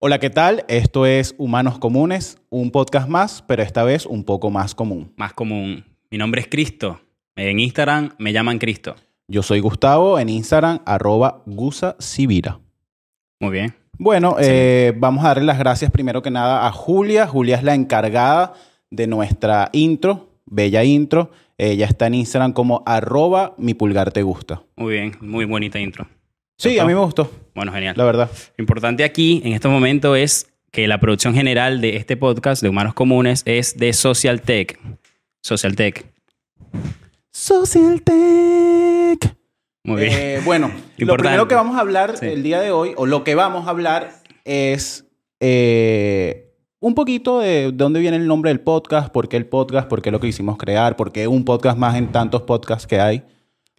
Hola, ¿qué tal? Esto es Humanos Comunes, un podcast más, pero esta vez un poco más común. Más común. Mi nombre es Cristo. En Instagram me llaman Cristo. Yo soy Gustavo en Instagram, arroba gusasibira. Muy bien. Bueno, eh, vamos a darle las gracias primero que nada a Julia. Julia es la encargada de nuestra intro, bella intro. Ella está en Instagram como arroba mi pulgar te gusta. Muy bien. Muy bonita intro. Sí, ¿Cierto? a mí me gustó, Bueno, genial. la verdad. Lo importante aquí, en este momento, es que la producción general de este podcast de Humanos Comunes es de Social Tech. Social Tech. Social Tech. Muy bien. Eh, bueno, lo Importante. primero que vamos a hablar Sí. el día de hoy, o lo que vamos a hablar, es eh, un poquito de dónde viene el nombre del podcast, por qué el podcast, por qué lo que hicimos crear, por qué un podcast más en tantos podcasts que hay.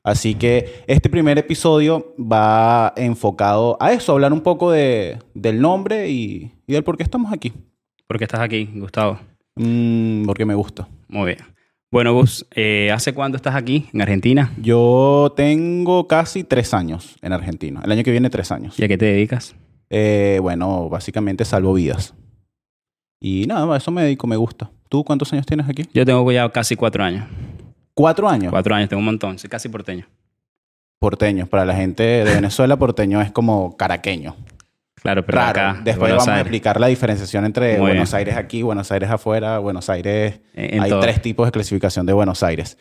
Así que este primer episodio va enfocado a eso, hablar un poco de, del nombre y, y del por qué estamos aquí. ¿Por qué estás aquí, Gustavo? Mm, porque me gusta. Muy bien. Bueno, Gus, eh, ¿hace cuánto estás aquí en Argentina? Yo tengo casi tres años en Argentina. El año que viene, tres años. ¿Y a qué te dedicas? Eh, bueno, básicamente salvo vidas. Y nada, a eso me dedico, me gusta. ¿Tú cuántos años tienes aquí? Yo tengo ya casi cuatro años. Cuatro años. Cuatro años, tengo un montón. Soy casi porteño. Porteños. Para la gente de Venezuela, porteño es como caraqueño. Claro, pero Raro. acá. Después en vamos Buenos a Aires, explicar la diferenciación entre Muy Buenos bien. Aires aquí, Buenos Aires afuera, Buenos Aires. en- en Hay todo. tres tipos de clasificación de Buenos Aires.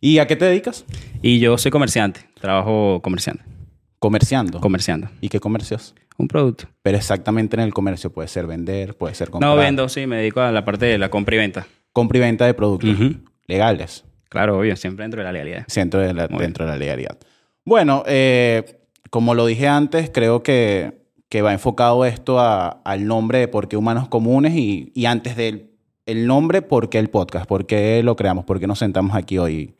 ¿Y a qué te dedicas? Y yo soy comerciante. Trabajo comerciante. Comerciando. Comerciando. ¿Y qué comercios? Un producto. Pero exactamente en el comercio puede ser vender, puede ser comprar. No vendo, sí, me dedico a la parte de la compra y venta. Compra y venta de productos Ujú. legales. Claro, obvio, siempre dentro de la legalidad. dentro de la, Muy dentro de la legalidad. Bueno, eh, como lo dije antes, creo que, que va enfocado esto a- al nombre de Por qué Humanos Comunes y, y antes del el nombre, ¿por qué el podcast? ¿Por qué lo creamos? ¿Por qué nos sentamos aquí hoy?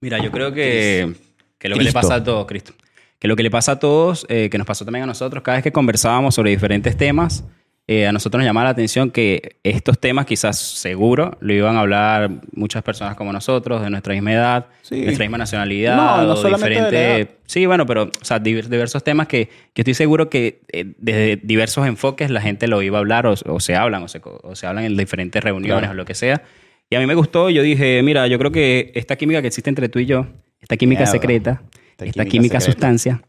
Mira, yo creo que, que lo que le Cristo. pasa a todos, Cristo, que lo que le pasa a todos, eh, que nos pasó también a nosotros, cada vez que conversábamos sobre diferentes temas, eh, a nosotros nos llamaba la atención que estos temas quizás seguro lo iban a hablar muchas personas como nosotros, de nuestra misma edad, Sí. nuestra misma nacionalidad, No, no o solamente de la diferente- edad. Sí, bueno, pero o sea, diver- diversos temas que yo estoy seguro que eh, desde diversos enfoques la gente lo iba a hablar o, o se hablan o se, co- o se hablan en diferentes reuniones Claro. o lo que sea. Y a mí me gustó, yo dije, mira, yo creo que esta química que existe entre tú y yo, esta química Mierda. secreta, Esta esta, química química, secreta. sustancia,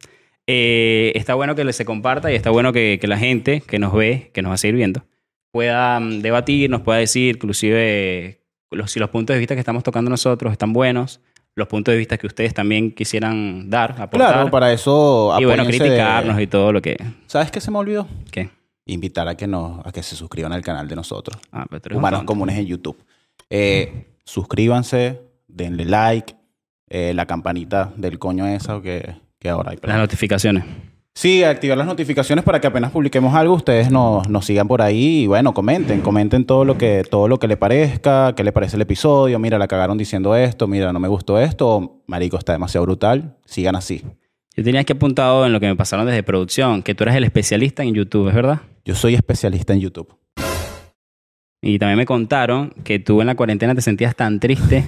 eh, está bueno que se comparta y está bueno que, que la gente que nos ve, que nos va a seguir viendo, pueda mm, debatir, nos pueda decir inclusive los, si los puntos de vista que estamos tocando nosotros están buenos, los puntos de vista que ustedes también quisieran dar, aportar. Claro, para eso y bueno, apóyense de- criticarnos y todo lo que... ¿Sabes qué se me olvidó? que Invitar a que, nos, a que se suscriban al canal de nosotros, ah, pero tú eres un Humanos tonto. Comunes en YouTube. Eh, suscríbanse, denle like, eh, la campanita del coño esa que, que ahora hay. pero- Las notificaciones. Sí, activar las notificaciones para que apenas publiquemos algo, ustedes nos, nos sigan por ahí y bueno, comenten, comenten todo lo que, todo lo que le parezca, qué le parece el episodio, mira, la cagaron diciendo esto, mira, no me gustó esto, o, marico, está demasiado brutal, sigan así. Yo tenía aquí apuntado en lo que me pasaron desde producción, que tú eres el especialista en YouTube, ¿es verdad? Yo soy especialista en YouTube. Y también me contaron que tú en la cuarentena te sentías tan triste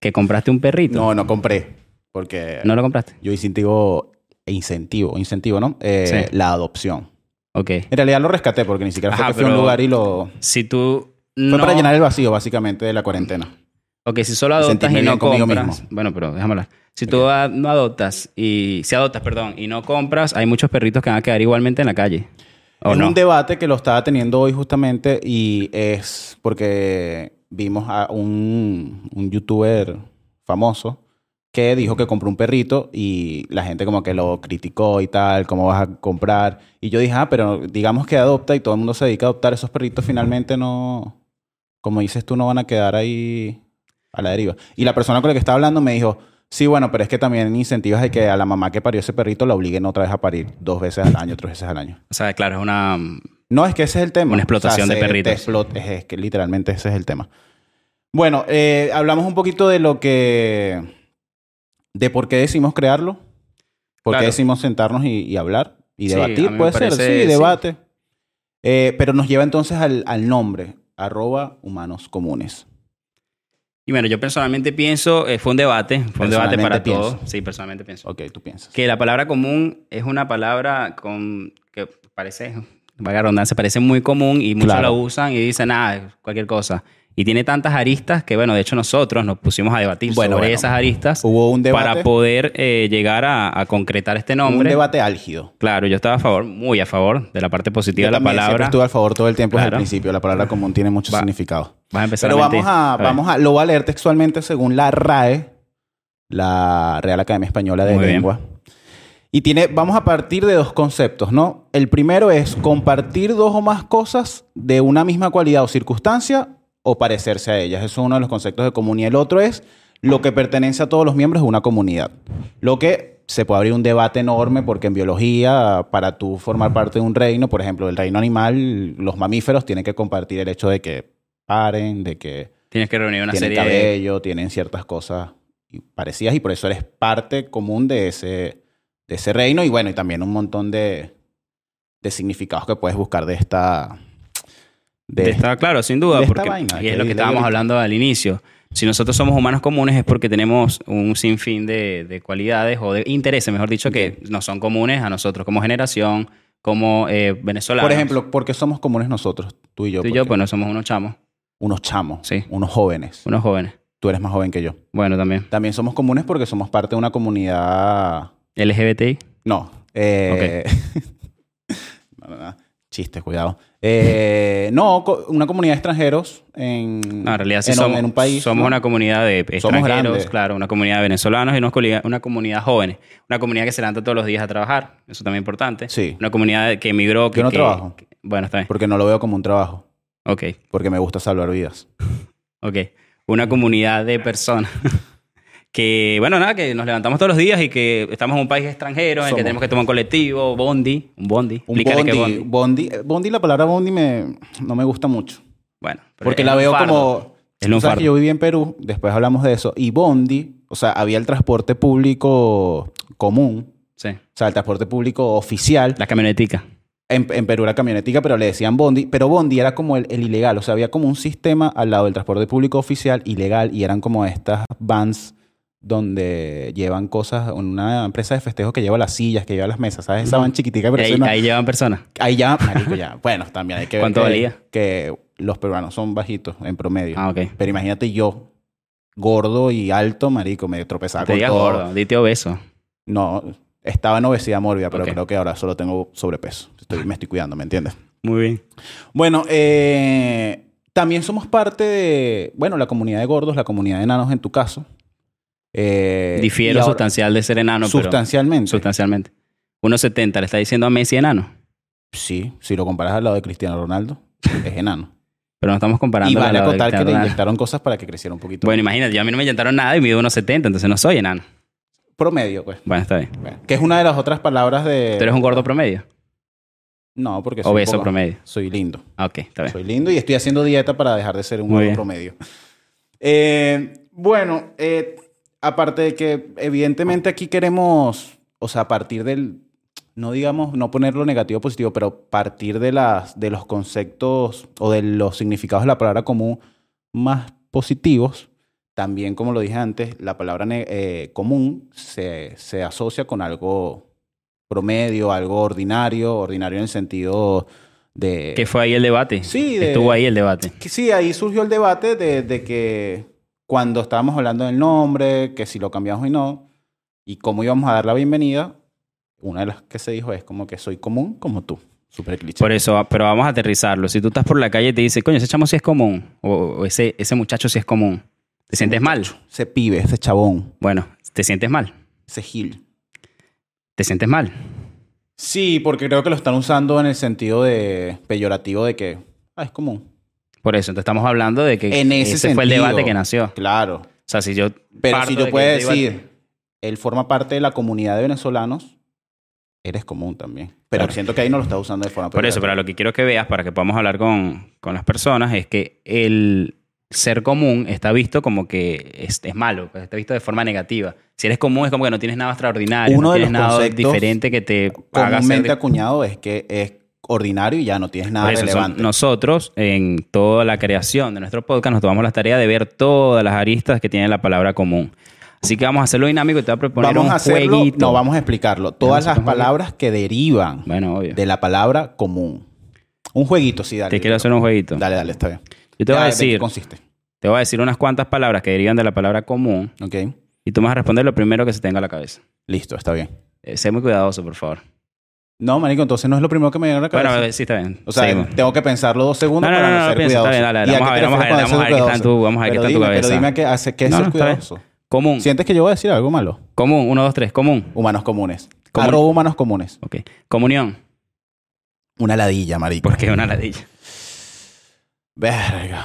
que compraste un perrito. No, no compré, porque ¿No lo compraste? yo incentivo, incentivo, incentivo, ¿no? Eh, Sí. La adopción. Ok. En realidad lo rescaté porque ni siquiera fue Ajá, que fui a un pero- lugar y lo... Si tú Fue no... para llenar el vacío, básicamente, de la cuarentena. Ok, si solo Sentirme adoptas y bien no conmigo compras... mismo. Bueno, pero déjame hablar. Si tú a- no adoptas y... Si adoptas, perdón, y no compras, hay muchos perritos que van a quedar igualmente en la calle. ¿O es Oh, no? un debate que lo estaba teniendo hoy justamente y es porque vimos a un, un youtuber famoso que dijo que compró un perrito y la gente como que lo criticó y tal, cómo vas a comprar. Y yo dije, ah, pero digamos que adopta y todo el mundo se dedica a adoptar esos perritos, finalmente no, como dices tú, no van a quedar ahí a la deriva. Y la persona con la que estaba hablando me dijo, sí, bueno, pero es que también incentivas de que a la mamá que parió ese perrito la obliguen otra vez a parir dos veces al año, tres veces al año. O sea, claro, es una... No, es que ese es el tema. Una explotación de se- te perritos. explot- es, es que literalmente ese es el tema. Bueno, eh, hablamos un poquito de lo que. de por qué decidimos crearlo. Por qué Claro. decidimos sentarnos y, y hablar. Y Sí, debatir, a mí me puede ser. parece- Sí, sí. debate. Eh, pero nos lleva entonces al, al nombre: arroba humanos comunes. Y bueno, yo personalmente pienso... eh, fue un debate. Fue un debate para Personalmente pienso. todos. Sí, personalmente pienso. Ok, tú piensas. Que la palabra común es una palabra con, que parece valga la redundancia, parece muy común y muchos Claro. la usan y dicen, ah, cualquier cosa. Y tiene tantas aristas que, bueno, de hecho nosotros nos pusimos a debatir Bueno, sobre bueno. esas aristas Hubo un debate. para poder eh, llegar a, a concretar este nombre. Un debate álgido. Claro, yo estaba a favor, muy a favor de la parte positiva Yo de la también siempre palabra. estuve al favor todo el tiempo desde Claro. el principio. La palabra común tiene mucho Va. significado. Vas a empezar Pero a vamos mentir. a, ver. vamos a, lo voy a leer textualmente según la RAE, la Real Academia Española de Muy bien. Lengua. Y tiene, vamos a partir de dos conceptos, ¿no? El primero es compartir dos o más cosas de una misma cualidad o circunstancia o parecerse a ellas. Eso es uno de los conceptos de común. Y el otro es lo que pertenece a todos los miembros de una comunidad. Lo que se puede abrir un debate enorme porque en biología, para tú formar parte de un reino, por ejemplo, el reino animal, los mamíferos tienen que compartir el hecho de que paren, de que Tienes que reunir una tienen serie de... cabello, tienen ciertas cosas y- parecidas y por eso eres parte común de ese, de ese reino y bueno, y también un montón de, de significados que puedes buscar de esta... de esta- claro, sin duda, de esta porque vaina y que es lo que leí estábamos ahorita. hablando al inicio. Si nosotros somos humanos comunes es porque tenemos un sinfín de, de cualidades o de intereses, mejor dicho, que no son comunes a nosotros como generación, como eh, venezolanos. Por ejemplo, ¿por qué somos comunes nosotros, tú y yo? tú y yo, Porque pues no somos unos chamos, Unos chamos, Sí. unos jóvenes. unos jóvenes. Tú eres más joven que yo. Bueno, también. También somos comunes porque somos parte de una comunidad... LGBTI. No. eh, no, no, no. Chiste, cuidado. Eh, no, co- una comunidad de extranjeros en, No, en realidad sí en un- somos, en un país. somos ¿no? una comunidad de extranjeros, grandes. claro, una comunidad de venezolanos y una comunidad, una comunidad jóvenes. Una comunidad que se levanta todos los días a trabajar, eso también es importante. Sí. Una comunidad que emigró. Que, Yo no que- trabajo. que- bueno, está bien. Porque no lo veo como un trabajo. Ok, Porque me gusta salvar vidas. ok. Una comunidad de personas que, bueno, nada, que nos levantamos todos los días y que estamos en un país extranjero en el que Somos. tenemos que tomar un colectivo, bondi, un bondi. Un Explícale bondi, qué bondi. Bondi, la palabra bondi me, no me gusta mucho. Bueno, pero Porque es la un veo fardo. como... Es un tú sabes fardo. que yo viví en Perú, después hablamos de eso. Y bondi, o sea, había el transporte público común. Sí, O sea, el transporte público oficial. la camionetica. En, en Perú era camionetica, pero le decían Bondi. Pero Bondi era como el, el ilegal. O sea, había como un sistema al lado del transporte público oficial, ilegal, y eran como estas vans donde llevan cosas, una empresa de festejos que lleva las sillas, que lleva las mesas, ¿sabes? Esa van chiquitica, pero Ahí, eso no- ahí, ahí llevan personas. ya, marico, ya. Bueno, también hay que ver ¿Cuánto que, valía? que los peruanos son bajitos en promedio. Ah, ok. Pero imagínate yo, gordo y alto, marico, me tropezaba Te con digas todo. gordo, dite obeso. No, estaba en obesidad mórbida, pero Ok. creo que ahora solo tengo sobrepeso. Estoy, me estoy cuidando, ¿me entiendes? Muy bien. Bueno, eh, también somos parte de, bueno, la comunidad de gordos, la comunidad de enanos en tu caso. Eh, y Difiero ahora- sustancial de ser enano, pero sustancialmente. sustancialmente. 1.70 le está diciendo a Messi enano, sí, si lo comparas al lado de Cristiano Ronaldo, es enano. pero no estamos comparando y con vale la de acotar que Cristiano le Ronaldo. inyectaron cosas para que creciera un poquito. Bueno, imagínate, yo a mí no me inyectaron nada y mido 1.70, entonces no soy enano. promedio, pues. Bueno, está bien. Bueno, que es una de las otras palabras de... Tú eres un gordo promedio, No, porque soy un obeso poco- promedio. Soy lindo. Ah, ok, está bien. Soy lindo y estoy haciendo dieta para dejar de ser un Muy gordo bien. promedio. Eh, bueno, eh, aparte de que evidentemente aquí queremos, o sea, a partir del, no digamos, no ponerlo negativo o positivo, pero partir de, las, de los conceptos o de los significados de la palabra común más positivos, también como lo dije antes, la palabra ne- eh, común se, se asocia con algo promedio, algo ordinario, ordinario en el sentido de... ¿Qué fue ahí el debate? Sí, de- Estuvo ahí el debate. Que Sí, ahí surgió el debate de, de que cuando estábamos hablando del nombre, que si lo cambiamos y no, y cómo íbamos a dar la bienvenida, una de las que se dijo es como que soy común como tú. Súper cliché. Por eso, pero vamos a aterrizarlo. Si tú estás por la calle y te dices, coño, ese chamo sí es común, o, o ese, ese muchacho sí es común, ¿te sientes mal? Ese pibe, ese chabón, Bueno, ¿te sientes mal? ese gil. ¿Te sientes mal? Sí, porque creo que lo están usando en el sentido de peyorativo de que ah, es común. Por eso, entonces estamos hablando de que En ese, fue el sentido. debate que nació. Claro. O sea, si yo. Pero parto si yo de puedo que te iba- decir, él forma parte de la comunidad de venezolanos, eres común también. Pero Claro. siento que ahí no lo está usando de forma Por eso, peyorativa. pero lo que quiero que veas para que podamos hablar con, con las personas es que el ser común está visto como que es, es malo, pues, está visto de forma negativa. Si eres común es como que no tienes nada extraordinario, Uno no de tienes los nada conceptos diferente que te haga ser. comúnmente acuñado es que es ordinario y ya no tienes nada Por eso, son- relevante. nosotros, en toda la creación de nuestro podcast, nos tomamos la tarea de ver todas las aristas que tiene la palabra común. Así que vamos a hacerlo dinámico y te voy a proponer vamos un a hacerlo, jueguito. no vamos a explicarlo. Vamos Todas a hacer las un jueguito. palabras que derivan Bueno, obvio. de la palabra común. Un jueguito, sí, dale. Te quiero hacer un jueguito. Dale, dale, está bien. Yo te voy Ya a ve en qué decir, consiste. te voy a decir unas cuantas palabras que derivan de la palabra común Ok. y tú me vas a responder lo primero que se tenga a la cabeza. Listo, está bien. Eh, sé muy cuidadoso, por favor. No, marico, entonces no es lo primero que me viene a la cabeza. Bueno, eh, sí, está bien. o sea, Seguimos. tengo que pensarlo dos no, segundos no, no, para no, ser piensa, cuidadoso. está bien, dale, dale. ¿Y Vamos qué a te ver, vamos a ver, refieres con vamos a ser ver qué está en cuidadoso? tu, vamos a ver qué Pero está en tu dime, cabeza. Pero dime a qué, hace, qué es No, ser no, está bien. cuidadoso. Común, ¿Sientes que yo voy a decir algo malo? común, uno, dos, tres, común. Humanos comunes. Comun- Arroba humanos comunes. Ok. Comunión, Una ladilla, marico. porque es una ladilla. Verga.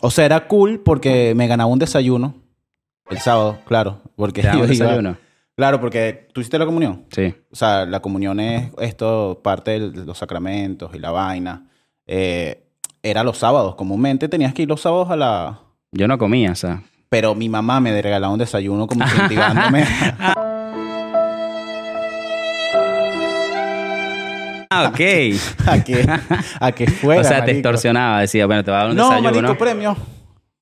O sea, era cool porque me ganaba un desayuno. El sábado, claro. Porque Te da un yo iba- desayuno. Claro, porque tú hiciste la comunión. Sí. O sea, la comunión es esto, parte de los sacramentos y la vaina. Eh, era los sábados. Comúnmente tenías que ir los sábados a la... Yo no comía, o sea. Pero mi mamá me regalaba un desayuno como incentivándome. Ah, ok. a que, a que fuera. o sea, te marico. extorsionaba, decía, bueno, te va a dar un No, desayuno. marico, premio.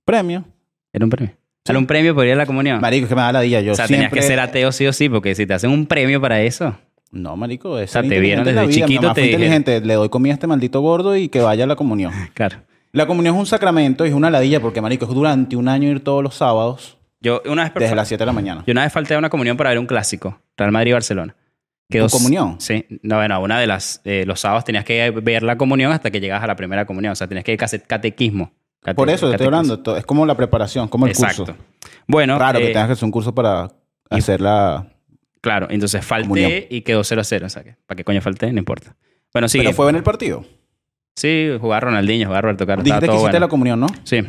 Premio. Era un premio. Sí. Era un premio por ir a la comunión. Marico, es que me da la dilla. Yo Ah. o sea, siempre... tenías que ser ateo sí o sí, porque si te hacen un premio para eso. No, marico, es sea, ser te vieron inteligente en la desde vida. Mi chiquito, mamá fue te dijeron. inteligente, le doy comida a este maldito gordo y que vaya a la comunión. Claro. La comunión es un sacramento y es una ladilla porque, marico, es durante un año ir todos los sábados Yo una vez, desde las 7 de la mañana. yo una vez falté a una comunión para ver un clásico, Real Madrid-Barcelona. ¿Tu comunión? Sí. No, bueno, una de las... eh, los sábados tenías que ver la comunión hasta que llegabas a la primera comunión. O sea, tenías que ir cate- catequismo. Cate- Por eso te estoy catequismo. hablando. to- Es como la preparación, como el Exacto. curso. Bueno, Raro eh, que tengas que hacer un curso para hacer la... claro. Entonces falté Comunión. y quedó 0-0. O sea, que, ¿para qué coño falté? No importa. Bueno, sí. Pero fue en el partido. Sí, jugaba Ronaldinho, jugaba Roberto Carlos. Dijiste Estaba que todo hiciste bueno. la comunión, ¿no? Sí.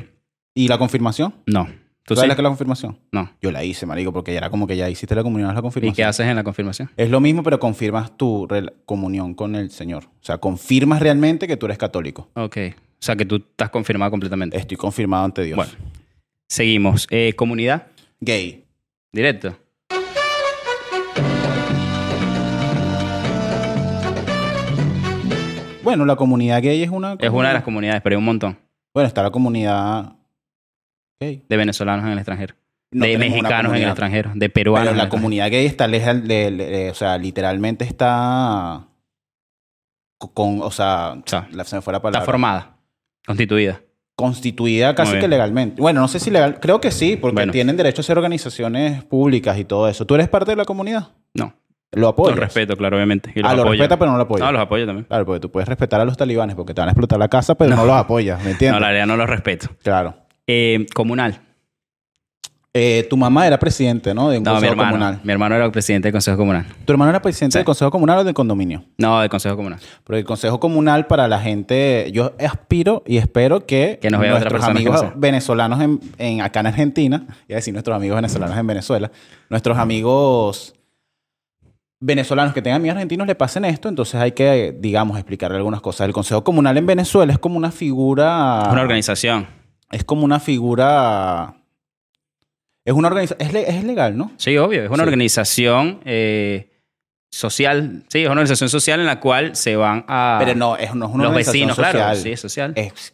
¿Y la confirmación? No. ¿Tú ¿Sabes sí? la que es la confirmación? No. Yo la hice, marico, porque ya era como que ya hiciste la comunión, haz la ¿Y confirmación. qué haces en la confirmación? Es lo mismo, pero confirmas tu rel- comunión con el Señor. O sea, confirmas realmente que tú eres católico. Ok. O sea, que tú estás confirmado completamente. Estoy confirmado ante Dios. Bueno. Seguimos. Eh, comunidad, Gay. directo. Bueno, la comunidad gay es una... Es una de las comunidades, pero hay un montón Bueno, está la comunidad gay. de venezolanos en el extranjero, No de tenemos una mexicanos en el comunidad. extranjero, de Pero peruanos. en el la extranjero. comunidad gay está leja de- de- de- o sea, literalmente está co- con, o sea, O sea, la- se me fue la está palabra. formada, constituida. Constituida Muy casi bien. que legalmente. Bueno, no sé si legal, creo que sí, porque Bueno. tienen derecho a ser organizaciones públicas y todo eso. ¿Tú eres parte de la comunidad? No, Lo apoyas. con respeto, claro, obviamente. Y los Ah, lo apoyo. respeta, pero no lo apoyas. No, los apoyo también. Claro, porque tú puedes respetar a los talibanes porque te van a explotar la casa, pero no, los apoyas, ¿me No, entiendes? la realidad no los respeto. Claro. Eh, comunal. Eh, tu mamá era presidente, ¿no? De un No, mi consejo hermano. comunal. Mi hermano era el presidente del Consejo Comunal. ¿Tu hermano era presidente Sí. del consejo comunal o del condominio? No, del Consejo Comunal. Porque el consejo comunal para la gente, yo aspiro y espero que, Que nos vea otra nuestros persona que amigos no sea. venezolanos en, en- acá en Argentina, iba a decir nuestros amigos venezolanos en Venezuela, nuestros amigos venezolanos que tengan amigos argentinos le pasen esto, entonces hay que, digamos, explicarle algunas cosas. El consejo comunal en Venezuela es como una figura... Una organización. es como una figura. Es una organización. Es, le- es legal, ¿no? Sí, obvio. Es una Sí. organización eh, social. Sí, es una organización social en la cual se van a Pero no, es, no es una Ah. los organización vecinos, social. claro. Sí, es social. es,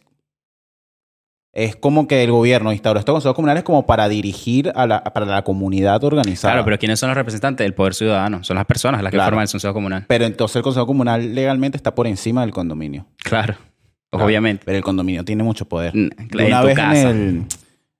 es como que el gobierno instauró estos consejos comunales como para dirigir a la, para la comunidad organizada. Claro, pero ¿quiénes son los representantes del poder ciudadano? Son las personas las que Claro. forman el Consejo Comunal. Pero entonces el consejo comunal legalmente está por encima del condominio. Claro, Claro. Pues, obviamente. Pero el condominio tiene mucho poder. Mm, Yo en una tu vez casa. en, el-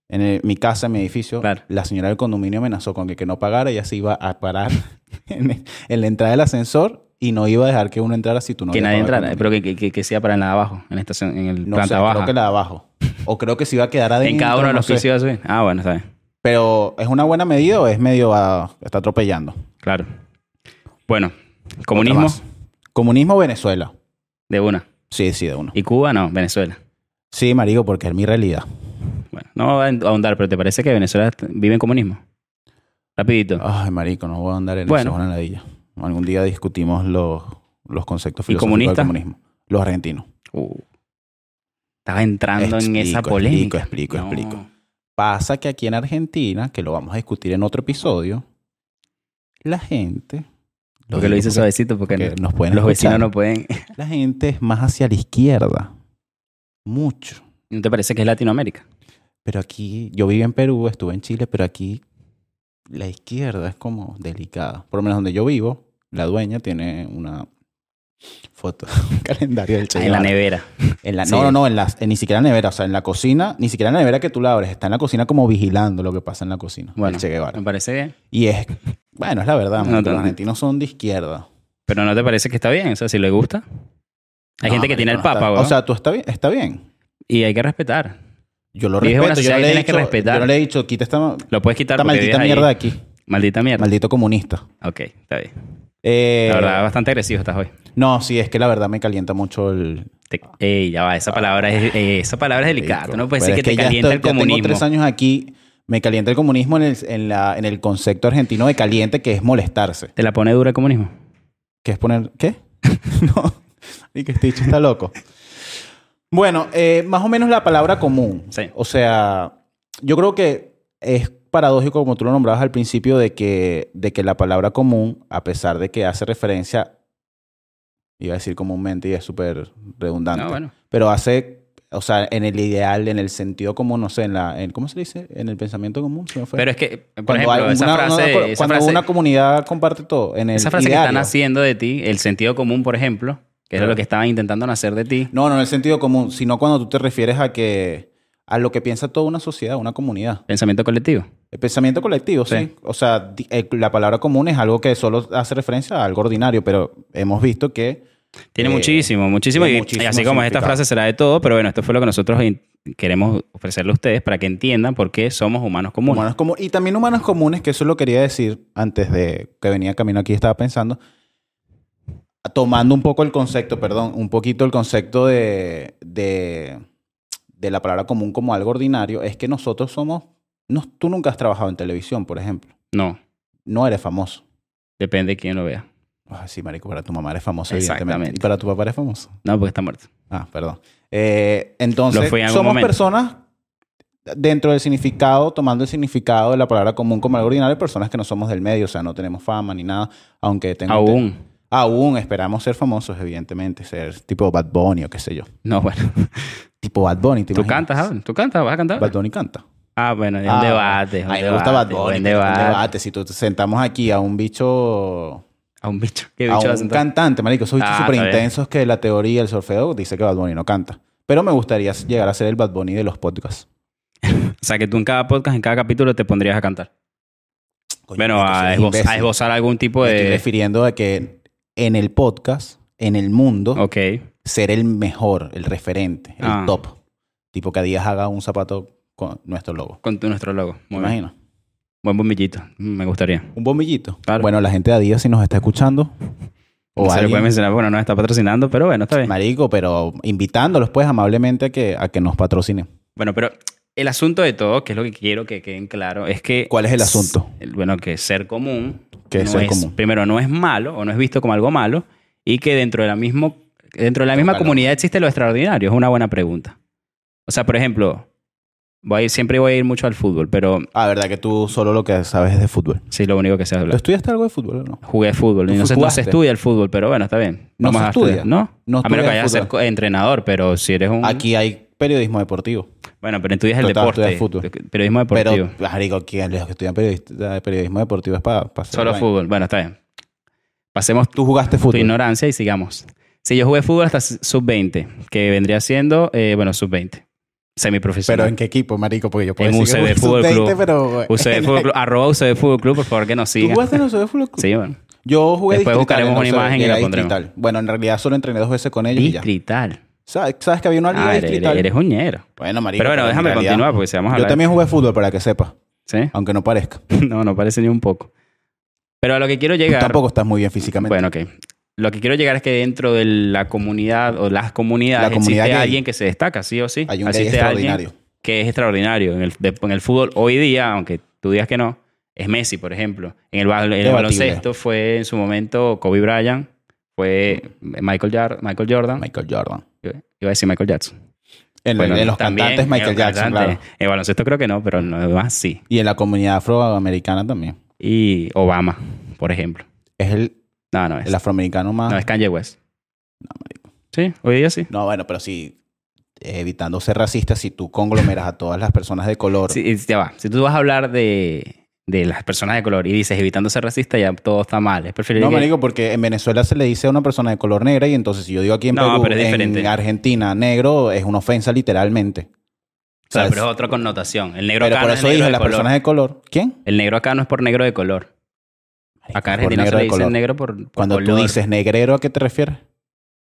en el- mi casa, en mi edificio, Claro. la señora del condominio amenazó con que, que no pagara y así iba a parar en, en la entrada del ascensor y no iba a dejar que uno entrara si tú no que habías nadie pagado el entrara, condominio. pero que, que- que- que sea para en la de abajo, en, la estación, en el No planta sé, baja. creo que la de abajo. O creo que se iba a quedar adentro. en cada uno de no los sé. pisos iba a subir. Ah, bueno, está bien. Pero ¿es una buena medida o es medio a- está atropellando? Claro. Bueno, comunismo Otra más. Comunismo Venezuela. de una. Sí, sí, de uno. Y Cuba no, Venezuela. Sí, marico, porque es mi realidad. Bueno, no voy a ahondar, pero ¿te parece que Venezuela vive en comunismo? Rapidito. Ay, marico, no voy a andar en Bueno. eso, es una ladilla. Algún día discutimos los, los conceptos ¿Y filosóficos comunista? del comunismo. Los argentinos. Uh. Estaba entrando en esa Explico, polémica. explico, No. explico. Pasa que aquí en Argentina, que lo vamos a discutir en otro episodio, la gente... Porque lo digo hice suavecito, porque, porque no- nos pueden los vecinos escuchar. no pueden. La gente es más hacia la izquierda. Mucho. ¿No te parece que es Latinoamérica? Pero aquí, yo viví en Perú, estuve en Chile, pero aquí la izquierda es como delicada. Por lo menos donde yo vivo, la dueña tiene una Foto. Calendario del en la señor. nevera. En la- Sí. No, no, no, en las, en ni siquiera en la nevera, o sea, en la cocina, ni siquiera en la nevera que tú la abres, está en la cocina como vigilando lo que pasa en la cocina. Bueno, el Che Guevara. me parece bien. Y es, bueno, es la verdad, No, marico, no, los no. argentinos son de izquierda. Pero no te parece que está bien, o sea, si le gusta. Hay No, gente que marico, tiene el no está- papa, O güey. sea, tú está bien, está bien. y hay que respetar. Yo lo Y es respeto, yo una no, sociedad le que he tienes que dicho, respetar. yo no le he dicho, quita esta, Lo puedes quitar esta porque vives maldita ahí. mierda de aquí. Maldita mierda. Maldito comunista. Ok, está bien. Eh, La verdad, bastante agresivo estás hoy. No, sí, es que la verdad me calienta mucho el... Te- Ey, ya va, esa palabra es, eh, esa palabra es delicada. Tú No puedes Ah, Pero es decir que, te ya calienta estoy- el ya comunismo. Tengo tres años aquí, me calienta el comunismo en el, en la- en el concepto argentino de caliente, que es molestarse. ¿Te la pone dura el comunismo? ¿Qué es poner? ¿Qué? no. Y que este dicho está loco. Bueno, eh, más o menos la palabra común. Sí. O sea, yo creo que es paradójico, como tú lo nombrabas al principio, de que, de que la palabra común, a pesar de que hace referencia, iba a decir comúnmente y es súper redundante, No, bueno. pero hace, o sea, en el ideal, en el sentido común, no sé, en la, en, ¿cómo se dice? En el pensamiento común, se me fue. Pero es que, por cuando ejemplo, esa alguna- frase, no, no, esa cuando frase, una comunidad comparte todo, en el esa frase que ideario. están haciendo de ti, el sentido común, por ejemplo, que era Claro. lo que estaban intentando hacer de ti. No, no en el sentido común, sino cuando tú te refieres a que a lo que piensa toda una sociedad, una comunidad. Pensamiento colectivo. El pensamiento colectivo, sí. Sí. O sea, di- eh, la palabra común es algo que solo hace referencia a algo ordinario, pero hemos visto que Tiene Eh, muchísimo, muchísimo. tiene y- y, muchísimo así como esta significado. frase será de todo, pero bueno, esto fue lo que nosotros in- queremos ofrecerle a ustedes para que entiendan por qué somos humanos comunes. humanos comunes y también humanos comunes, que eso lo quería decir antes de que venía camino aquí, estaba pensando, tomando un poco el concepto, perdón, un poquito el concepto de, de, de la palabra común como algo ordinario, es que nosotros somos, no, tú nunca has trabajado en televisión, por ejemplo, No, no eres famoso. depende de quién lo vea. Ah, sí, marico, para tu mamá eres famoso, evidentemente. Exactamente. Y para tu papá eres famoso. No, porque está muerto. Ah, perdón. Eh, entonces, Lo fui en algún somos momento. personas dentro del significado, tomando el significado de la palabra común como algo ordinario, personas que no somos del medio, o sea, no tenemos fama ni nada, aunque tengamos... Aún. Aún esperamos ser famosos, evidentemente, ser tipo Bad Bunny o qué sé yo. No, bueno. Tipo Bad Bunny, ¿te ¿Tú imaginas? cantas, Abel? ¿Tú cantas? ¿Vas a cantar? Bad Bunny canta. Ah, bueno, es Ah, un debate. A es mí un me gusta Bad debate, Bunny. buen pero es un debate. debate. Si tú te sentamos aquí a un bicho A un bicho. ¿Qué a bicho vas a un sentar? cantante, marico. Esos bichos Ah, súper está bien. intensos que la teoría del solfeo dice que Bad Bunny no canta. Pero me gustaría llegar a ser el Bad Bunny de los podcasts. O sea, que tú en cada podcast, en cada capítulo, te pondrías a cantar. Coño, bueno, marico, soy ah, a, un esboz- imbécil. a esbozar algún tipo Me estoy de... refiriendo a que en el podcast, en el mundo, Ok. ser el mejor, el referente, el Ah. top. Tipo que Adidas haga un zapato con nuestro logo. Con tu- nuestro logo. ¿Te Muy bien. imaginas? Buen bombillito. Mm, Me gustaría. Un bombillito. Claro. Bueno, la gente de Adidas, si nos está escuchando, o no se lo alguien- puede mencionar porque no nos está patrocinando, pero bueno, está bien. marico, pero invitándolos, pues, amablemente a que, a que nos patrocinen. Bueno, pero el asunto de todo, que es lo que quiero que queden claro, es que... ¿Cuál es el asunto? el- Bueno, que ser común... Que no ser común. Primero, no es malo o no es visto como algo malo y que dentro de la, mismo, dentro de la misma Tócalo. comunidad existe lo extraordinario. Es una buena pregunta. O sea, por ejemplo, voy, siempre voy a ir mucho al fútbol, pero Ah, verdad que tú solo lo que sabes es de fútbol. sí, lo único que sé es ¿Tú hablar. estudiaste algo de fútbol o no? Jugué fútbol. ¿Tú Y no, se, no jugaste? se estudia el fútbol, pero bueno, está bien. No se a estudia. estudiar, ¿no? No a estudias menos que vayas a ser fútbol. co- entrenador, pero si eres un... Aquí hay periodismo deportivo. Bueno, pero estudias el Tú estabas deporte. estudiando Periodismo deportivo. Pero, marico, ¿quién? los que estudian periodista- periodismo deportivo es para Solo fútbol. Bueno, está bien. Pasemos Tú jugaste fútbol. tu ignorancia y sigamos. Sí, yo jugué fútbol hasta sub-20, que vendría siendo, eh, bueno, sub-20. pero Semiprofesional. ¿en qué equipo, marico? Porque yo puedo En decir que UCB jugué Fútbol sub-20, Club. pero... UCB Fútbol Club, arroba UCB Fútbol Club, por favor que nos ¿Tú sigan. jugaste en UCB Fútbol Club? Sí, bueno. Yo jugué Después distrital buscaremos en una UCB, imagen y era la pondremos. distrital. Bueno, en realidad solo entrené dos veces con ellos y ya. Distrital. ¿Sabes, sabes que había una liga Ah, eres, distrital? eres uñero. Bueno, marico. Pero bueno, en déjame realidad- continuar porque si vamos a Yo hablar... también jugué fútbol, para que sepas. ¿Sí? Aunque no parezca. No, no parece ni un poco. Pero a lo que quiero llegar... Tampoco estás muy bien físicamente. Bueno, ok. Lo que quiero llegar es que dentro de la comunidad o las comunidades La comunidad existe gay. alguien que se destaca, sí o sí. hay un gay existe alguien extraordinario. que es extraordinario. En el, de- en el fútbol hoy día, aunque tú digas que no, es Messi, por ejemplo. En el, ba- en el Debatible. baloncesto fue en su momento Kobe Bryant, fue Michael, Jar- Michael Jordan. Michael Jordan. Iba a decir Michael Jackson. En, Bueno, en los también, cantantes, en Michael los Jackson, cantantes. claro. En baloncesto creo que no, pero en lo demás sí. Y en la comunidad afroamericana también. Y Obama, por ejemplo. Es el, No, no es. el afroamericano más. No es Kanye West. Sí, hoy día sí. No, bueno, pero si eh, evitando ser racista, si tú conglomeras a todas las personas de color, Sí, es- ya va. Si tú vas a hablar de, de las personas de color y dices evitando ser racista, ya todo está mal. Es preferible No, que- marico, porque en Venezuela se le dice a una persona de color negra y entonces si yo digo aquí en No, Perú, pero es diferente. en Argentina, negro es una ofensa literalmente. O sea, Claro, pero es- es otra connotación. El negro pero acá por no es eso negro dije de las color. personas de color. ¿Quién? El negro acá no es por negro de color. Acá en por Argentina negro se le de dice color. negro por, por Cuando tú color. dices negrero, ¿a qué te refieres?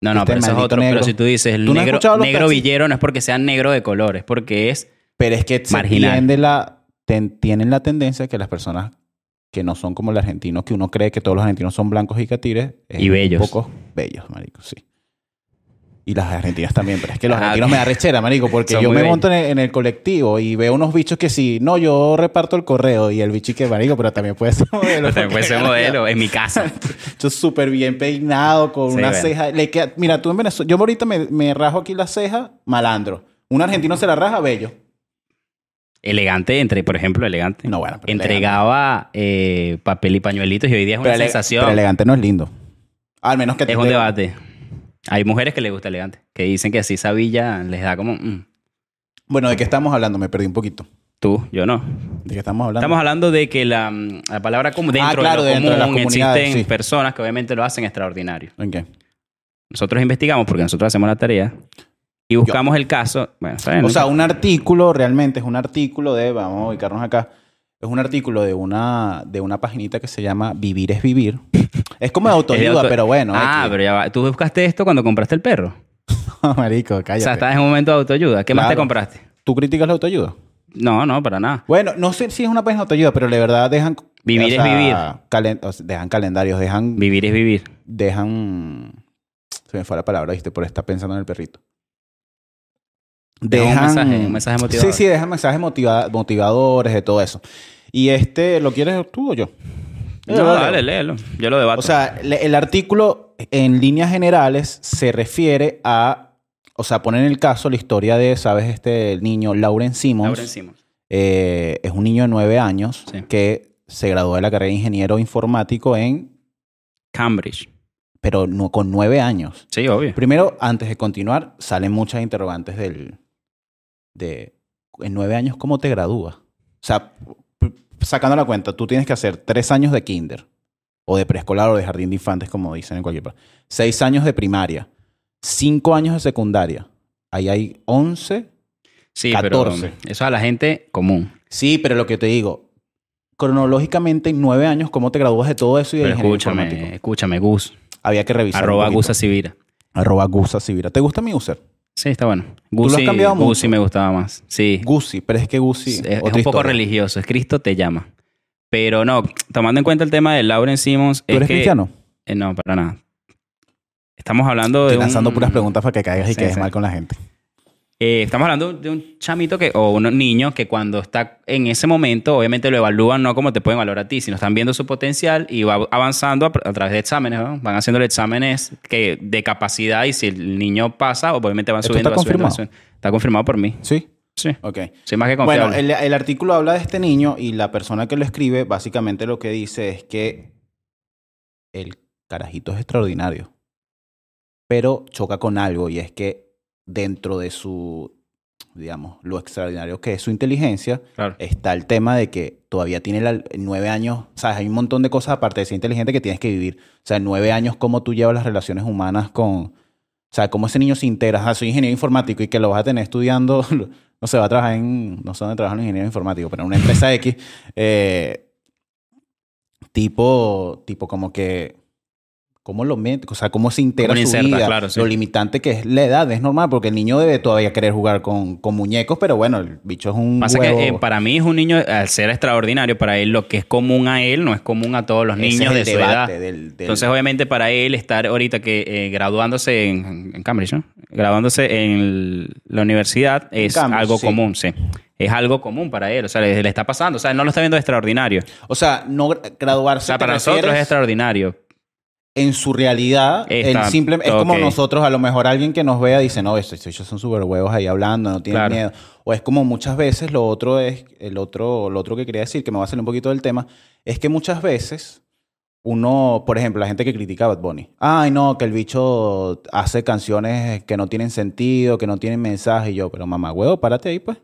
No, no, este pero eso es maldito otro. negro. Pero si tú dices el ¿Tú no has negro, escuchado los negro taxis? villero no es porque sea negro de color, es porque es... Pero es que se Marginal. entiende la, ten- tienen la tendencia que las personas que no son como los argentinos, que uno cree que todos los argentinos son blancos y catires. es Y bellos. Un poco bellos, marico, sí. Y las argentinas también, pero es que los Ah, argentinos ok. me da rechera, marico, porque Son yo muy me bellos. monto en el, en el colectivo y veo unos bichos que sí, no, yo reparto el correo y el bicho y que, marico, pero también puede ser modelo. Pues también puede ser modelo, en mi casa. Yo súper bien peinado, con Sí, una bueno. ceja. Le queda- mira, tú en Venezuela, yo ahorita me, me rajo aquí la ceja, malandro. Un argentino se la raja, bello. Elegante, entre, por ejemplo, elegante. No, bueno, pero Entregaba eh, papel y pañuelitos y hoy día es una ele- sensación. pero elegante no es lindo. Al menos que es un debate. Hay mujeres que les gusta elegante, que dicen que así esa villa les da como... mm, Bueno, ¿de qué estamos hablando? Me perdí un poquito. tú, yo no. ¿De qué estamos hablando? Estamos hablando de que la, mm, la palabra como dentro Ah, claro, de lo dentro de las común comunidades, existen sí. personas que obviamente lo hacen extraordinario. ¿En qué? Nosotros investigamos porque nosotros hacemos la tarea y buscamos el caso. Bueno, está bien, O ¿no? sea, un artículo realmente es un artículo de, vamos a ubicarnos acá, es un artículo de una, de una paginita que se llama Vivir es Vivir. Es como de Es de autoayuda, auto- pero bueno. Ah, X. pero ya va. Tú buscaste esto cuando compraste el perro. Marico, cállate. O sea, estás en un momento de autoayuda. ¿Qué más te Claro. compraste? ¿Tú criticas la autoayuda? No, no, para nada. Bueno, no sé si es una página de autoayuda, pero de verdad dejan... Vivir es vivir. calen- o sea, dejan calendarios, dejan... Vivir es vivir. dejan. Se me fue la palabra, ¿viste? Por estar pensando en el perrito. Dejan un mensaje, un mensaje motivador. Sí, sí, dejan mensajes motiva- motivadores, de todo eso. Y este, ¿lo quieres tú o yo? No, Yo lo leo. dale, léelo. Yo lo Eh, debato. O sea, le- el artículo en líneas generales se refiere a. O sea, ponen el caso, la historia de, ¿sabes? Este el niño, Lauren Simmons. Lauren Simmons. eh, es un niño de nueve años Sí. que se graduó de la carrera de ingeniero informático en. Cambridge. Pero no, con nueve años. Sí, obvio. Primero, antes de continuar, salen muchas interrogantes del. de. En nueve años, ¿cómo te gradúas? O sea, p- sacando la cuenta, tú tienes que hacer tres años de kinder, o de preescolar, o de jardín de infantes, como dicen en cualquier parte. Seis años de primaria, cinco años de secundaria. Ahí hay once. Sí, 14. pero um, eso es a la gente común. Sí, pero lo que te digo, cronológicamente, en nueve años, ¿cómo te gradúas de todo eso y de Pero ingeniero escúchame, informático? escúchame, Gus. Había que revisar. un Arroba poquito. Gusa Sibira. Arroba Gusa Sibira. ¿Te gusta mi user? Sí, está bueno. lo has Gusi, cambiado mucho. Gusi me gustaba más. Sí. Gusi, pero es que Gusi. es, es un otra poco historia. religioso. Es Cristo te llama. Pero no, tomando en cuenta el tema de Lauren Simmons. ¿Tú es eres que- cristiano? Eh, no, para nada. Estamos hablando de. Estoy lanzando un- puras preguntas para que caigas y Sí, quedes sí. mal con la gente. Eh, estamos hablando de un chamito que, o un niño que cuando está en ese momento, obviamente lo evalúan no como te pueden valorar a ti, sino están viendo su potencial y va avanzando a, a través de exámenes, ¿no? van haciéndole exámenes que, de capacidad y si el niño pasa, obviamente van ¿Esto subiendo. está va subiendo, va confirmado? subiendo. Está confirmado por mí. ¿Sí? Sí. Ok. Soy más que confiable. Bueno, el, el artículo habla de este niño y la persona que lo escribe básicamente lo que dice es que el carajito es extraordinario, pero choca con algo y es que dentro de su, digamos, lo extraordinario que es su inteligencia, Claro. está el tema de que todavía tiene la- nueve años, sabes, hay un montón de cosas aparte de ser inteligente que tienes que vivir. O sea, en nueve años, cómo tú llevas las relaciones humanas con, o sea, cómo ese niño se integra, ah, soy ingeniero informático y que lo vas a tener estudiando, no sé, va a trabajar en, no sé dónde trabajan los ingenieros informáticos, pero en una empresa X, eh, tipo, tipo como que, ¿cómo lo mete? O sea, ¿cómo se integra ¿Cómo lo su inserta? vida? Claro, sí. Lo limitante que es la edad, es normal, porque el niño debe todavía querer jugar con, con muñecos, pero bueno, el bicho es un Pasa huevo. que eh, para mí es un niño, al ser extraordinario, para él lo que es común a él no es común a todos los Ese niños es de el su edad. debate del- del- Entonces, obviamente, para él estar ahorita que eh, graduándose en, en Cambridge, ¿no? Graduándose en el- la universidad es Cambridge, algo sí. común, sí. Es algo común para él, o sea, le, le está pasando, o sea, no lo está viendo de extraordinario. o sea, no gra- graduarse O sea, te para nosotros es refieres extraordinario. en su realidad, Está- el simple, es como ok. nosotros, a lo mejor alguien que nos vea dice, no, estos estos son súper huevos ahí hablando, no tienen Claro. miedo. O es como muchas veces, lo otro es, el otro, lo otro que quería decir, que me va a salir un poquito del tema, es que muchas veces uno, por ejemplo, la gente que critica a Bad Bunny, ay no, que el bicho hace canciones que no tienen sentido, que no tienen mensaje, y yo, pero mamá, huevo, párate ahí pues.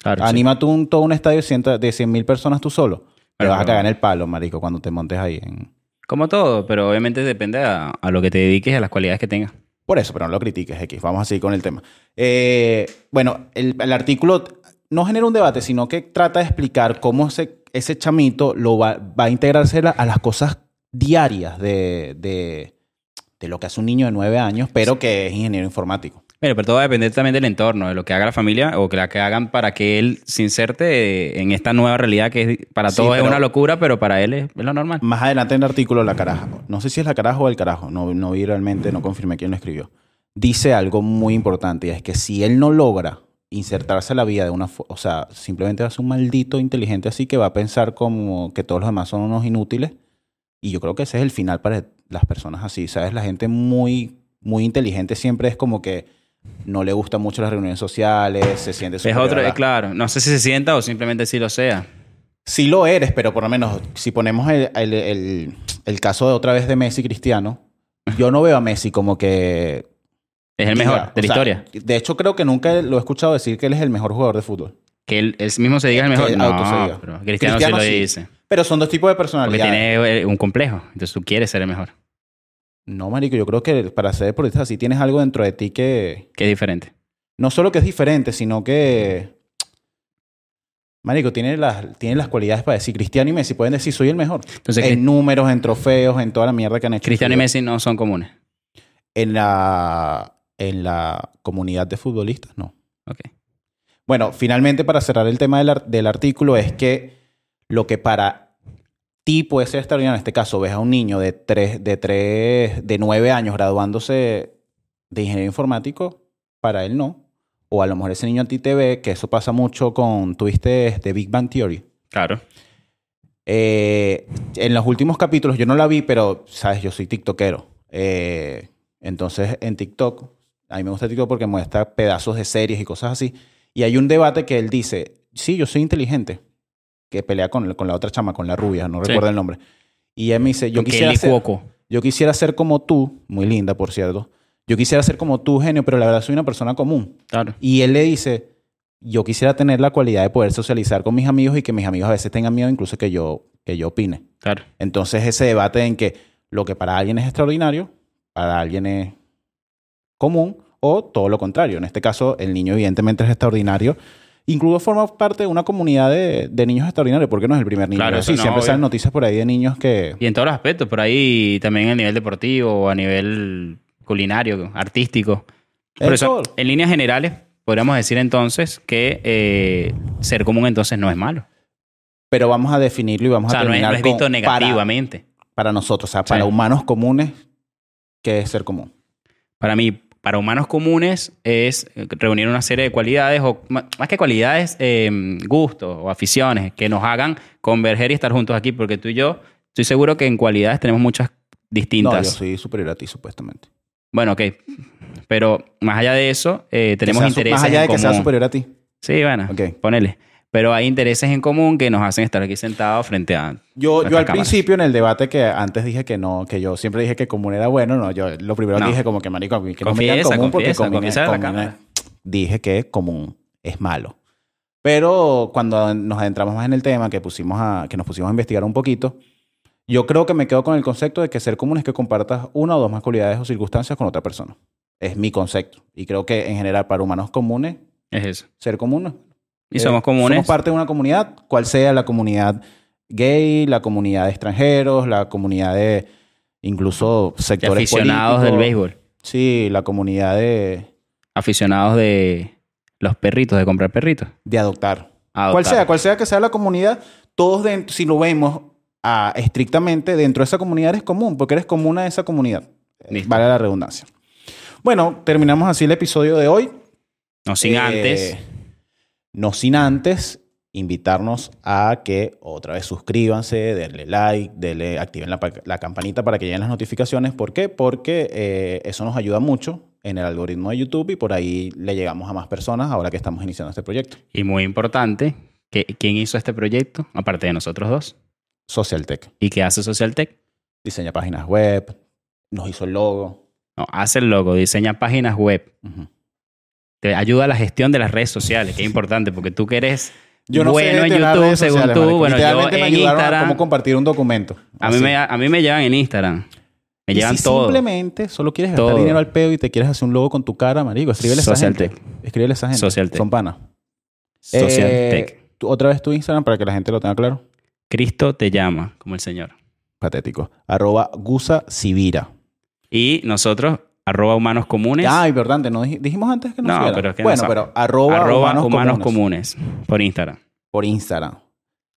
Claro, sí. Anima tú un, todo un estadio de 100 de 100.000 personas tú solo. Te Claro, vas a claro. cagar en el palo, marico, cuando te montes ahí. en- Como todo, pero obviamente depende a, a lo que te dediques y a las cualidades que tengas. Por eso, pero no lo critiques, X. Vamos a seguir con el tema. Eh, bueno, el, el artículo no genera un debate, sino que trata de explicar cómo ese, ese chamito lo va, va a integrarse la- a las cosas diarias de, de- de lo que hace un niño de nueve años, pero que es ingeniero informático. Bueno, pero todo va a depender también del entorno, de lo que haga la familia o que la que hagan para que él se inserte en esta nueva realidad que es- para Sí, todos pero- es una locura, pero para él es, es lo normal. Más adelante en el artículo, la caraja, no sé si es la caraja o el carajo, no, no vi realmente, no confirmé quién lo escribió, dice algo muy importante y es que si él no logra insertarse a la vida de una forma, o sea, simplemente va a ser un maldito inteligente así que va a pensar como que todos los demás son unos inútiles y yo creo que ese es el final para las personas así, ¿sabes? La gente muy, muy inteligente siempre es como que no le gustan mucho las reuniones sociales, se siente Es superior otro, a la- eh, claro. No sé si se sienta o simplemente si lo sea. Sí lo eres, pero por lo menos si ponemos el, el- el- el caso de otra vez de Messi Cristiano, yo no veo a Messi como que... Es el mejor Mira, de la o sea, historia. De hecho, creo que nunca lo he escuchado decir que él es el mejor jugador de fútbol. Que él, él mismo se diga el Que mejor. No, auto se diga. pero Cristiano, Cristiano sí lo sí. dice. Pero son dos tipos de Porque personalidades. tiene eh, un complejo. Entonces tú quieres ser el mejor. No, marico, yo creo que para ser deportista así tienes algo dentro de ti que... Que es diferente. No solo que es diferente, sino que... Marico, tiene las, tiene las cualidades para decir Cristiano y Messi. Pueden decir, soy el mejor. Entonces en Cri- números, en trofeos, en toda la mierda que han hecho. Cristiano y Soy yo. Messi no son comunes. En la, en la comunidad de futbolistas, no. Ok. Bueno, finalmente para cerrar el tema del, ar- del artículo es que lo que para ti puede ser extraordinario, en este caso ves a un niño de tres, de tres, de nueve años graduándose de ingeniero informático, para él no. O a lo mejor ese niño a ti te ve, que eso pasa mucho con, tuviste de Big Bang Theory. Claro. Eh, en los últimos capítulos, yo no la vi, pero, sabes, yo soy tiktokero. Eh, entonces, en TikTok, a mí me gusta TikTok porque muestra pedazos de series y cosas así. Y hay un debate que él dice, sí, yo soy inteligente, que pelea con, con la otra chama, con la rubia, no Sí. recuerdo el nombre. Y él me dice, yo Yo quisiera, Kelly ser, Cuoco. yo quisiera ser como tú, muy linda, por cierto. Yo quisiera ser como tú, genio, pero la verdad soy una persona común. Claro. Y él le dice, yo quisiera tener la cualidad de poder socializar con mis amigos y que mis amigos a veces tengan miedo incluso que yo, que yo opine. Claro. Entonces ese debate en que lo que para alguien es extraordinario, para alguien es común o todo lo contrario. En este caso, el niño evidentemente es extraordinario. Incluso forma parte de una comunidad de, de niños extraordinarios, porque no es el primer niño. Claro, Pero eso sí, no, siempre obvio. salen noticias por ahí de niños que... Y en todos los aspectos, por ahí también a nivel deportivo, a nivel culinario, artístico. Por En eso, todo. en líneas generales, podríamos decir entonces que eh, ser común entonces no es malo. Pero vamos a definirlo y vamos O sea, a no es, terminar no es con- visto para, negativamente. para nosotros, o sea, Sí. para humanos comunes, que es ser común. Para mí, para humanos comunes es reunir una serie de cualidades, o ma- más que cualidades, eh, gustos o aficiones que nos hagan converger y estar juntos aquí, porque tú y yo, estoy seguro que en cualidades tenemos muchas No, yo distintas. soy superior a ti, supuestamente. Bueno, ok. Pero más allá de eso, eh, tenemos Que sea su- intereses Más allá en de que sea común. superior a ti. Sí, bueno, Ok. ponele. Pero hay intereses en común que nos hacen estar aquí sentados frente a... Yo, Estas yo al cámaras. principio en el debate que antes dije que no, que yo siempre dije que común era bueno, no, yo lo primero No. que dije como que marico, que no me digan Confiesa, común porque confiesa, común, es- confiesa en la común es- cámara. dije que común es malo. Pero cuando nos adentramos más en el tema, que pusimos a, que nos pusimos a investigar un poquito, yo creo que me quedo con el concepto de que ser común es que compartas una o dos más cualidades o circunstancias con otra persona. Es mi concepto. Y creo que en general para humanos comunes, Es eso. ser común es Y eh, somos comunes. Somos parte de una comunidad, cual sea la comunidad gay, la comunidad de extranjeros, la comunidad de incluso de sectores aficionados del políticos. béisbol. Sí, la comunidad de, Aficionados de los perritos, de comprar perritos. Ah, de adoptar. Adoptar. Cual sea, cual sea que sea la comunidad, todos, dentro- si lo vemos ah, estrictamente, dentro de esa comunidad eres común, porque eres común a esa comunidad. Eh, Listo. Vale la redundancia. Bueno, terminamos así el episodio de hoy. No sin Eh, antes. No sin antes invitarnos a que otra vez suscríbanse, denle like, denle, activen la, pa- la campanita para que lleguen las notificaciones. ¿Por qué? Porque eh, eso nos ayuda mucho en el algoritmo de YouTube y por ahí le llegamos a más personas ahora que estamos iniciando este proyecto. Y muy importante, que, ¿quién hizo este proyecto? Aparte de nosotros dos. Socialtech. ¿Y qué hace Socialtech? Diseña páginas web, nos hizo el logo. No, hace el logo, diseña páginas web, Ujú. te ayuda a la gestión de las redes sociales, que es importante, porque tú que eres Yo no bueno sé en gestionar YouTube, redes según sociales, tú, marico. bueno, yo Literalmente me en ayudaron a Instagram- cómo compartir un documento. A mí, Así. me, a mí me llevan en Instagram. Me Y llevan si todo. Simplemente solo quieres gastar Todo. dinero al pedo y te quieres hacer un logo con tu cara, marico. Escríbele a esa Social gente. Escríbele a esa gente. Social Tech. Son panas. Social Eh, Tech. tú- Otra vez tu Instagram para que la gente lo tenga claro. Cristo te llama, como el Señor. Patético. Arroba Gusa Sibira. Y nosotros, arroba humanos comunes. Ah, importante. ¿no? dij- dijimos antes que nos No, siguieran. pero es que no Bueno, sabe. pero arroba, arroba humanos, humanos, comunes comunes. por Instagram. por Instagram.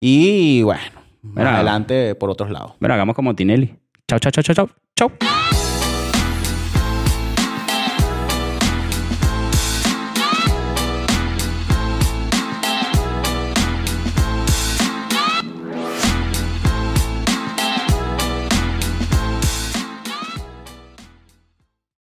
Y bueno, más Bueno. adelante por otros lados. Bueno, hagamos como Tinelli. Chau, chau, chau, chau, chau. Chau.